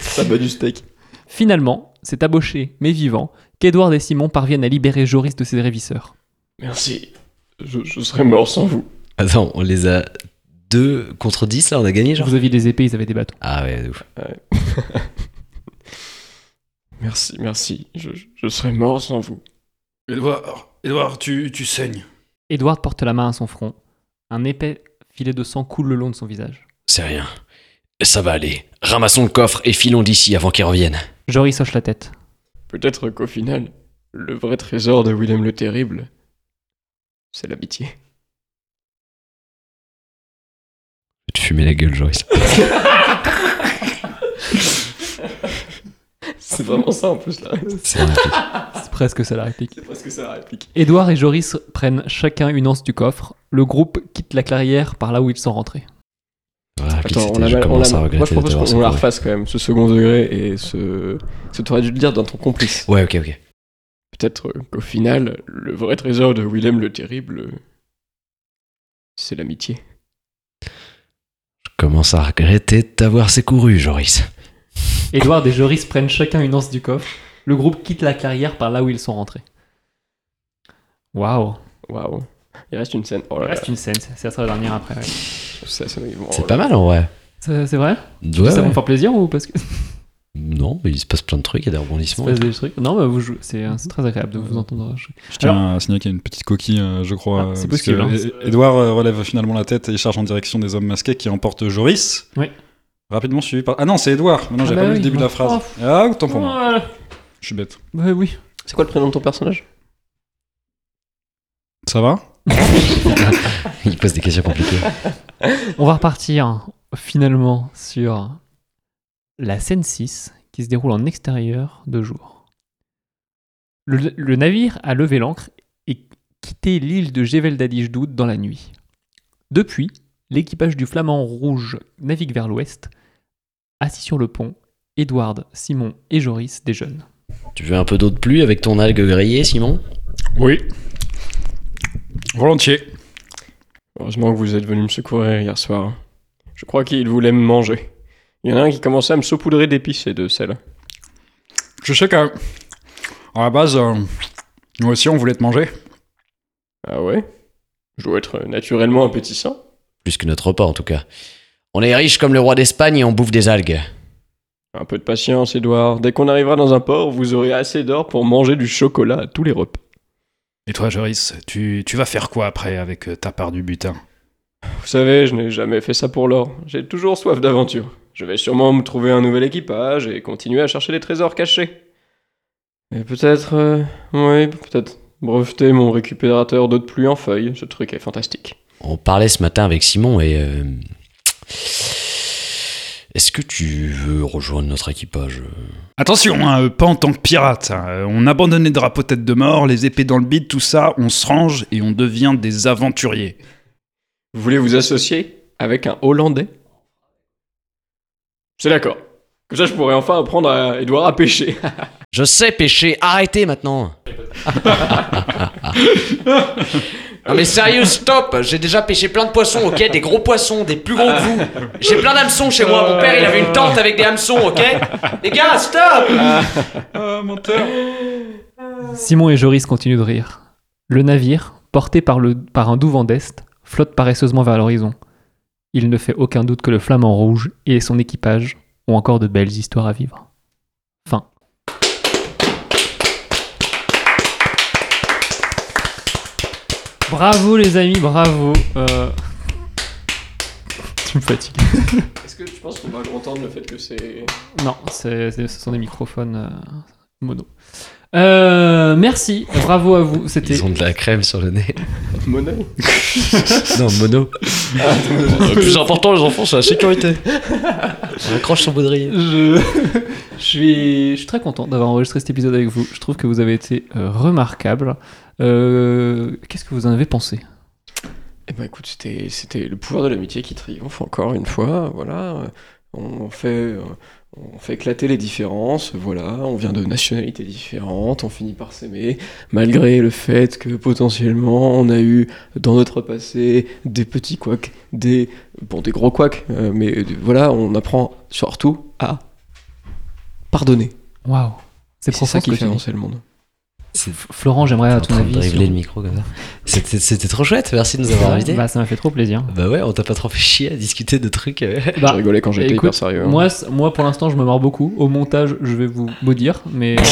ça bat du steak.
Finalement, c'est aboché, mais vivant, qu'Edward et Simon parviennent à libérer Joris de ses révisseurs.
Merci. Je, je serais mort sans vous.
Attends, on les a 2 contre 10 là, on a gagné genre
Vous aviez des épées, ils avaient des bâtons.
Ah ouais, de ouf.
Merci, merci. Je, je serais mort sans vous.
Edouard, Edouard, tu, tu saignes.
Edward porte la main à son front. Un épais filet de sang coule le long de son visage.
C'est rien. Ça va aller. Ramassons le coffre et filons d'ici avant qu'ils reviennent.
Joris hoche la tête.
Peut-être qu'au final, le vrai trésor de Willem le Terrible, c'est l'amitié.
Je vais te fumer la gueule, Joris.
C'est vraiment ça en plus là.
C'est un appel.
C'est presque ça la réplique.
C'est presque ça la réplique.
Edward et Joris prennent chacun une anse du coffre. Le groupe quitte la clairière par là où ils sont rentrés.
Voilà,
Attends,
c'était-
on a
je
mal, on
commence
a
à
mal. Moi je
regretter de
propose
t'avoir
qu'on la
secouru.
refasse quand même, ce second degré et ce. Ce t'aurais dû le dire dans ton complice.
Ouais, ok, ok.
Peut-être qu'au final, le vrai trésor de Willem le Terrible, c'est l'amitié.
Je commence à regretter de t'avoir secouru, Joris.
Edward et Joris prennent chacun une anse du coffre. Le groupe quitte la clairière par là où ils sont rentrés. Waouh.
Waouh. Il reste une scène. Oh
Il
là là,
reste une scène, c'est- ça sera la dernière après. ouais.
ça, ça m'est- oh
C'est
là
pas
là.
mal en vrai.
Ça- C'est vrai
Ouais,
Ça
ouais.
vous fait plaisir ou parce que
Non, mais il se passe plein de trucs, il y a des rebondissements.
passe des trucs Non, mais vous jouez- c'est euh, c'est très agréable de vous entendre. jouer.
Je tiens à signaler qu'il y a une petite coquille, euh, je crois.
Ah,
euh,
c'est
parce
possible,
que E- Edouard euh, relève finalement la tête et charge en direction des hommes masqués qui emportent Joris.
Oui.
Rapidement suivi par. Ah non, c'est Edouard. Non,
Ah
j'avais
bah
pas lu
oui,
le début de la
moi.
phrase.
Oh.
Ah, autant pour moi.
Voilà.
Je suis bête.
Bah oui.
C'est quoi le prénom de ton personnage
Ça va
Il pose des questions compliquées.
On va repartir finalement sur la scène 6 qui se déroule en extérieur de jour. Le, le navire a levé l'ancre et quitté l'île de Geveldadijdud dans la nuit. Depuis, l'équipage du Flamand Rouge navigue vers l'ouest. Assis sur le pont, Édouard, Simon et Joris déjeunent.
Tu veux un peu d'eau de pluie avec ton algue grillée, Simon
Oui. Volontiers.
Heureusement que vous êtes venu me secourir hier soir. Je crois qu'il voulait me manger. Il y en a un qui commençait à me saupoudrer d'épices et de sel.
Je sais qu'à à la base, euh, nous aussi, on voulait te manger.
Ah ouais Je dois être naturellement appétissant.
Plus que notre repas en tout cas. On est riche comme le roi d'Espagne et on bouffe des algues.
Un peu de patience, Edouard. Dès qu'on arrivera dans un port, vous aurez assez d'or pour manger du chocolat à tous les repas.
Et toi, Joris, tu, tu vas faire quoi après avec euh, ta part du butin
Vous savez, je n'ai jamais fait ça pour l'or. J'ai toujours soif d'aventure. Je vais sûrement me trouver un nouvel équipage et continuer à chercher les trésors cachés. Et peut-être... euh, oui, peut-être breveter mon récupérateur d'eau de pluie en feuilles. Ce truc est fantastique.
On parlait ce matin avec Simon et... euh, Est-ce que tu veux rejoindre notre équipage
Attention, hein, euh, pas en tant que pirate. hein. Euh, On abandonne les drapeaux tête de mort, les épées dans le bide, tout ça, on se range et on devient des aventuriers.
Vous voulez vous associer avec un Hollandais C'est d'accord. Comme ça, je pourrais enfin apprendre à Edouard à pêcher.
Je sais pêcher, arrêtez maintenant Non mais sérieux, stop J'ai déjà pêché plein de poissons, ok Des gros poissons, des plus gros que vous. J'ai plein d'hameçons chez moi, mon père il avait une tente avec des hameçons, ok Les gars, stop
Ah,
Simon et Joris continuent de rire. Le navire, porté par, le, par un doux vent d'est, flotte paresseusement vers l'horizon. Il ne fait aucun doute que le flamant rouge et son équipage ont encore de belles histoires à vivre. Fin. Bravo les amis, bravo. Euh, Tu me fatigues.
Est-ce que tu penses qu'on va entendre le fait que c'est.
Non, c'est- c'est- ce sont des microphones euh, mono. Euh, merci, bravo à vous. C'était
Ils ont de la crème sur le nez.
Mono
Non, mono. Euh, Le plus important, les enfants, c'est la sécurité. On accroche son baudrier.
Je, je suis, je suis très content d'avoir enregistré cet épisode avec vous. Je trouve que vous avez été euh, remarquable. Euh, Qu'est-ce que vous en avez pensé
Eh ben écoute, c'était, c'était le pouvoir de l'amitié qui triomphe encore une fois, voilà. Euh, On fait, euh, on fait éclater les différences, voilà. On vient de nationalités différentes, on finit par s'aimer, malgré le fait que potentiellement on a eu dans notre passé des petits couacs, des, bon, des gros couacs, euh, mais euh, voilà, on apprend surtout à pardonner.
Waouh, c'est
Et c'est
profond
ça
ce que
qui fait
tu dis.
avancer le monde.
Florent, j'aimerais
T'es
à
en
ton
train de
avis.
dribbler
sur-
le micro comme ça. C'était- C'était trop chouette, merci de nous avoir invités.
Bah, ça m'a fait trop plaisir.
Bah ouais, on t'a pas trop fait chier à discuter de trucs. euh.
Bah,
je rigolais quand j'étais
écoute,
hyper sérieux. hein.
Moi, c- moi, pour l'instant, je me marre beaucoup. Au montage, je vais vous maudire, mais. mais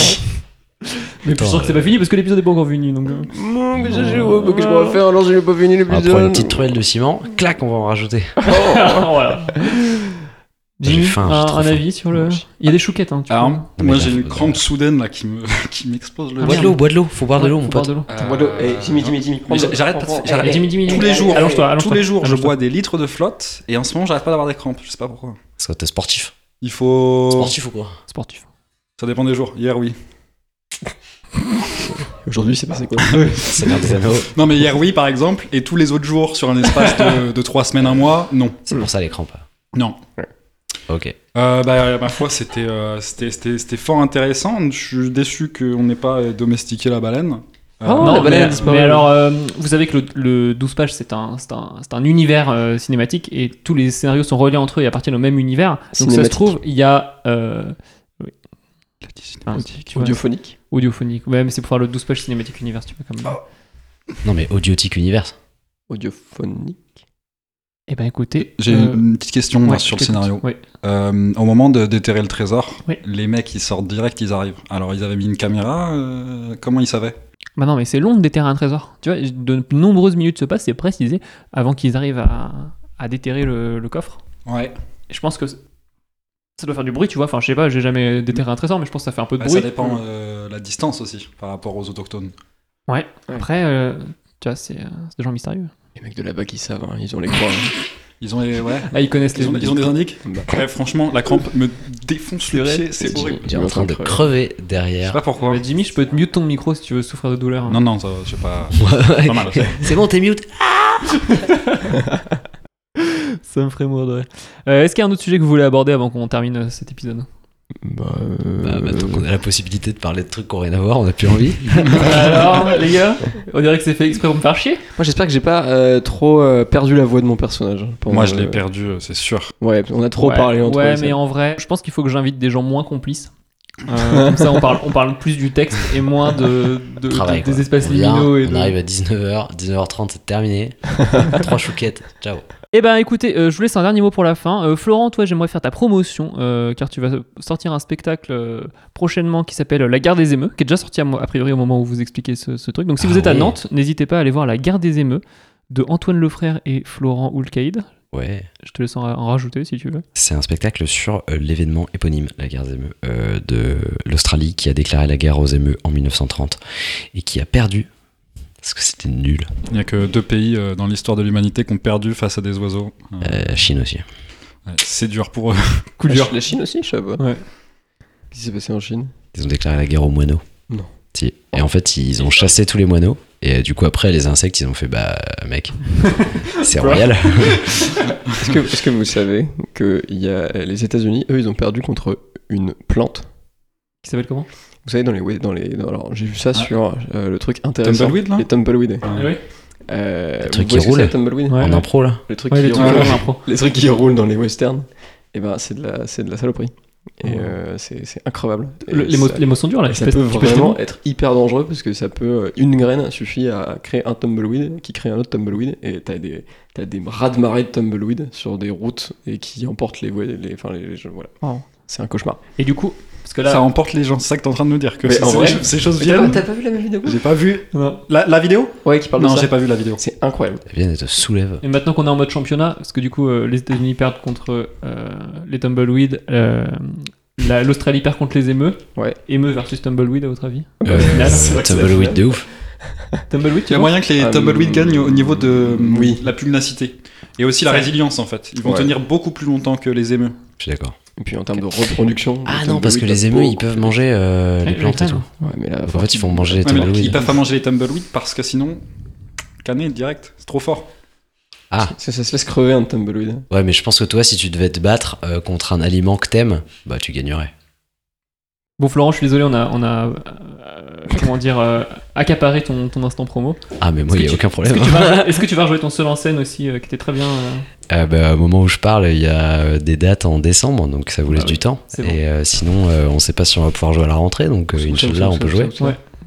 je
Attends,
suis sûr que c'est pas fini parce que l'épisode est pas encore venu. Donc... euh.
Non, mais ça, j'ai- oh, mais que je pourrais faire, alors je l'ai pas fini
On va prendre une
l'épisode.
petite truelle de ciment, clac, on va en rajouter.
voilà.
J'ai
Jimmy,
faim, j'ai
un,
trop
un
faim.
avis sur le. Il y a des chouquettes,
Ah,
hein. Tu
Alors,
peux-
mais
moi
là,
j'ai une
faut-
crampe soudaine là qui me qui m'explose le. Euh,
Ah,
Bois de
merde.
l'eau, bois de l'eau, faut boire de l'eau,
Faut
mon
boire
pote.
de l'eau.
Bois d'eau. Eh, Jimmy, Jimmy, Jimmy, prends
Mais
le-
j'a- j'arrête
prends-
pas de-
prends-
j'arrête-
Eh,
Jimmy, Jimmy,
Tous
Jimmy.
les jours,
Allonge-toi, allonge-toi.
tous les jours, je
allonge-toi.
bois des litres de flotte et en ce moment, j'arrive pas d'avoir des crampes. Je sais pas pourquoi.
Parce que t'es sportif.
Il faut.
Sportif ou quoi
Sportif.
Ça dépend des jours. Hier, oui.
Aujourd'hui, c'est passé quoi
Seigneur des Anneaux.
Non, mais hier, oui, par exemple, et tous les autres jours sur un espace de, de trois semaines, un mois, non.
C'est pour ça les crampes.
Non.
Ok.
Euh, bah, ma foi, c'était euh, c'était- c'était c'était fort intéressant. Je suis déçu qu'on n'ait pas euh, domestiqué la baleine. Euh,
Oh,
non,
la baleine
mais,
a disparu.
mais alors, euh, vous savez que le, le 12 pages, c'est un, c'est un, c'est un univers euh, cinématique et tous les scénarios sont reliés entre eux et appartiennent au même univers. Donc, ça se
Cinématique.
trouve, il y a. euh, oui. Enfin, tu vois,
Audiophonique.
Audiophonique. Ouais, mais c'est pour faire le 12 pages cinématique univers, tu vois, comme.
Oh.
Non mais audiotique univers.
Audiophonique.
Eh ben, écoutez.
J'ai
euh,
une petite question moi,
ouais,
sur le
je t'écoute.
scénario.
Ouais.
Euh, au moment de déterrer le trésor,
Oui.
les mecs ils sortent direct, ils arrivent. Alors ils avaient mis une caméra, euh, comment ils savaient
Bah non, mais c'est long de déterrer un trésor. Tu vois, de nombreuses minutes se passent, c'est précisé, avant qu'ils arrivent à, à déterrer le, le coffre.
Ouais,
Et je pense que c- ça doit faire du bruit, tu vois. Enfin, je sais pas, j'ai jamais déterré un trésor, mais je pense que ça fait un peu de bruit.
Bah, ça dépend euh, la distance aussi par rapport aux autochtones.
Après, euh, tu vois, c'est euh, c'est des gens mystérieux.
Les mecs de là-bas qui savent, hein, ils ont les croix. hein.
Ils ont, les- ouais.
Ah, ils connaissent les
ils ont, ils ont des indices Ouais, Franchement, la crampe me défonce le
C'est vrai.
pied, c'est
C'est
horrible.
Il est en train de
Ouais.
crever
Je sais
derrière.
pas pourquoi.
Bah, Jimmy, je peux te mute ton micro si tu veux souffrir de douleur.
Non, non, ça, je sais pas. pas mal.
C'est bon, t'es mute.
Ça me ferait mourir de rire. Euh, Est-ce qu'il y a un autre sujet que vous voulez aborder avant qu'on termine euh, cet épisode
Bah, euh,
Bah maintenant qu'on a la possibilité de parler de trucs qu'on n'a rien à voir, on n'a plus envie.
Alors, les gars, on dirait que c'est fait exprès pour me faire chier.
Moi, j'espère que j'ai pas euh, trop euh, perdu la voix de mon personnage. hein, pendant
Moi je
le-
l'ai perdu, euh, c'est sûr.
Ouais, on a trop
ouais,
parlé entre
Ouais,
eux,
mais
ça.
en vrai, je pense qu'il faut que j'invite des gens moins complices. Euh, comme ça, on parle, on parle plus du texte et moins de, de-
Travail,
de- des
quoi.
espaces
On vient,
liminaux. Et
on
de-
arrive à 19h, 19h30, c'est terminé. Trois chouquettes, ciao.
Eh ben, écoutez, euh, je vous laisse un dernier mot pour la fin. Euh, Florent, toi, j'aimerais faire ta promotion euh, car tu vas sortir un spectacle euh, prochainement qui s'appelle euh, La Gare des Émeux, qui est déjà sorti à mo- a priori au moment où vous expliquez ce, ce truc. Donc, si
Ah
vous êtes à
ouais.
Nantes, n'hésitez pas à aller voir La Gare des Émeux de Antoine Lefrère et Florent Oulcaïd.
Ouais.
Je te laisse en, en rajouter si tu veux.
C'est un spectacle sur euh, l'événement éponyme, la guerre des émeux, euh, de l'Australie qui a déclaré la guerre aux émeux en 1930 et qui a perdu parce que c'était nul.
Il n'y a que deux pays euh, dans l'histoire de l'humanité qui ont perdu face à des oiseaux. Euh,
Euh, la Chine aussi.
ouais, c'est dur pour euh, eux.
Coup
La
dur.
Ch- Ah, La Chine aussi, je sais pas.
Ouais.
Qu'est-ce qui s'est passé en Chine
Ils ont déclaré la guerre aux moineaux.
Non.
Si. Et Et en fait, ils ont chassé tous les moineaux. Et euh, du coup, après, les insectes, ils ont fait Bah, mec, c'est royal.
Est-ce que, est-ce que vous savez que il y a, les États-Unis, eux, ils ont perdu contre une plante
Qui s'appelle comment
Vous savez, dans les. ouais, Dans les dans- alors, j'ai vu
Ah.
ça sur euh, le truc intéressant.
Tumbleweed là
Les tumbleweeds.
Eh Oui.
Euh,
Le
vous voyez
truc qui
ce que c'est,
roule.
le tumbleweed
Ouais.
En impro, là.
Le truc
Ouais,
qui
les trucs
roule.
de l'impro.
les trucs qui roulent dans les westerns, et ben c'est de la c'est de la saloperie. Et euh, c'est c'est incroyable. Et
Le- les, mots,
ça,
les mots sont durs là.
et
je
ça
peux-
peut
tu peux jeter
vraiment
des
être hyper dangereux parce que ça peut euh, une graine suffit à créer un tumbleweed qui crée un autre tumbleweed et t'as des t'as des bras de marée de tumbleweed sur des routes et qui emportent les voies- les enfin les, les- voilà. C'est un cauchemar.
mots. Et du coup, parce que là,
Ça emporte les gens, c'est ça que t'es en train de nous dire, que
Mais
ces-
en vrai-
ces, ces choses viennent.
pas vu la même vidéo
J'ai pas vu. La, la vidéo
Ouais, qui parle
Non,
de
j'ai
ça.
pas vu la vidéo.
C'est incroyable.
Eh bien, elle te soulève.
et maintenant qu'on est en mode championnat, parce que du coup, euh, les États-Unis perdent contre euh, les Tumbleweed, euh, la- l'Australie perd contre les émeux.
Ouais.
Émeux versus Tumbleweed, à votre avis
Euh,
Final.
Tumbleweed de ouf.
Tumbleweed,
Il
tu
y a
vois
moyen que les
Ah,
Tumbleweed
hum,
gagnent au niveau de hum,
oui.
la pugnacité. Et aussi la
Ça-
résilience en fait. Ils vont
Ouais.
tenir beaucoup plus longtemps que les émeux.
Je suis d'accord.
Et puis en termes de reproduction.
Ah
le
non, parce que
tumbleweed
les
a
émeux,
beaucoup-
ils peuvent manger euh, les
Ouais,
plantes et
les
tout.
Ouais, mais là,
En fait, ils font manger les
Ouais, mais donc, ils
tumbleweeds.
peuvent pas manger les Tumbleweed parce que sinon, canner direct, c'est trop fort.
ça, ça se laisse crever un tumbleweed.
Ouais, mais je pense que toi, si tu devais te battre euh, contre un aliment que t'aimes, bah tu gagnerais.
Bon, Florent, je suis désolé, on a, on a euh, comment dire, euh, accaparé ton, ton instant promo.
Ah, mais moi,
Est-ce
il n'y a
que tu-
aucun
Est-ce
problème.
que, tu vas- est-ce que tu vas rejouer ton seul en scène aussi, euh, qui était très bien euh,
Euh, bah, au moment où je parle, il y a euh, des dates en décembre, donc ça vous laisse
Ah
du
oui,
temps.
c'est bon.
Et euh, sinon, euh, on sait pas si on va pouvoir jouer à la rentrée, donc euh, Inch'Allah, on peut jouer.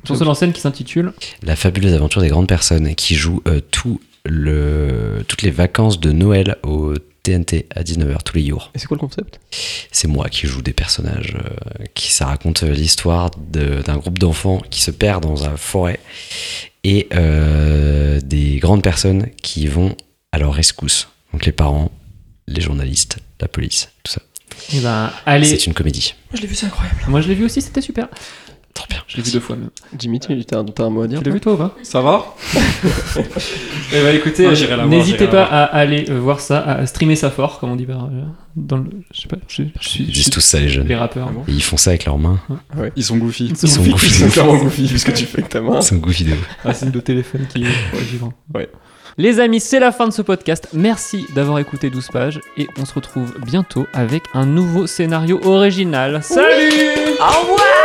Ton seul en scène qui s'intitule
La fabuleuse aventure des grandes personnes qui joue euh, tout le, toutes les vacances de Noël au TNT à 19h tous les jours.
Et c'est quoi le concept
C'est moi qui joue des personnages euh, qui ça raconte euh, l'histoire de- d'un groupe d'enfants qui se perd dans la forêt et euh, des grandes personnes qui vont à leur rescousse. Donc les parents, les journalistes, la police, tout ça.
Eh ben, allez.
C'est une comédie.
Moi, je l'ai vu, c'est incroyable.
Moi, je l'ai vu aussi, c'était super.
Trop bien.
Je l'ai vu deux fois même.
Jimmy, tu t'as un, t'as un mot à dire
Tu l'as vu toi ou pas
Ça va
Eh ben, écoutez,
Non, Ah, j'irai la voir,
n'hésitez
j'irai
pas
la
à aller euh, voir ça, à streamer ça fort, comme on dit par, euh, dans le. Je sais pas, je, je suis.
Ils
je suis
disent tous ça les jeunes.
les rappeurs.
Et ils font ça avec leurs mains.
Ah
Ils sont goofy.
Ils sont
Ils
goofy de
sont
ouf.
clairement goofy, vu ce que tu fais avec ta main.
Ils sont goofy de ouf.
Ah, c'est le téléphone qui est vivant.
Ouais.
Les amis, c'est la fin de ce podcast. Merci d'avoir écouté 12 pages et on se retrouve bientôt avec un nouveau scénario original. Salut
Au revoir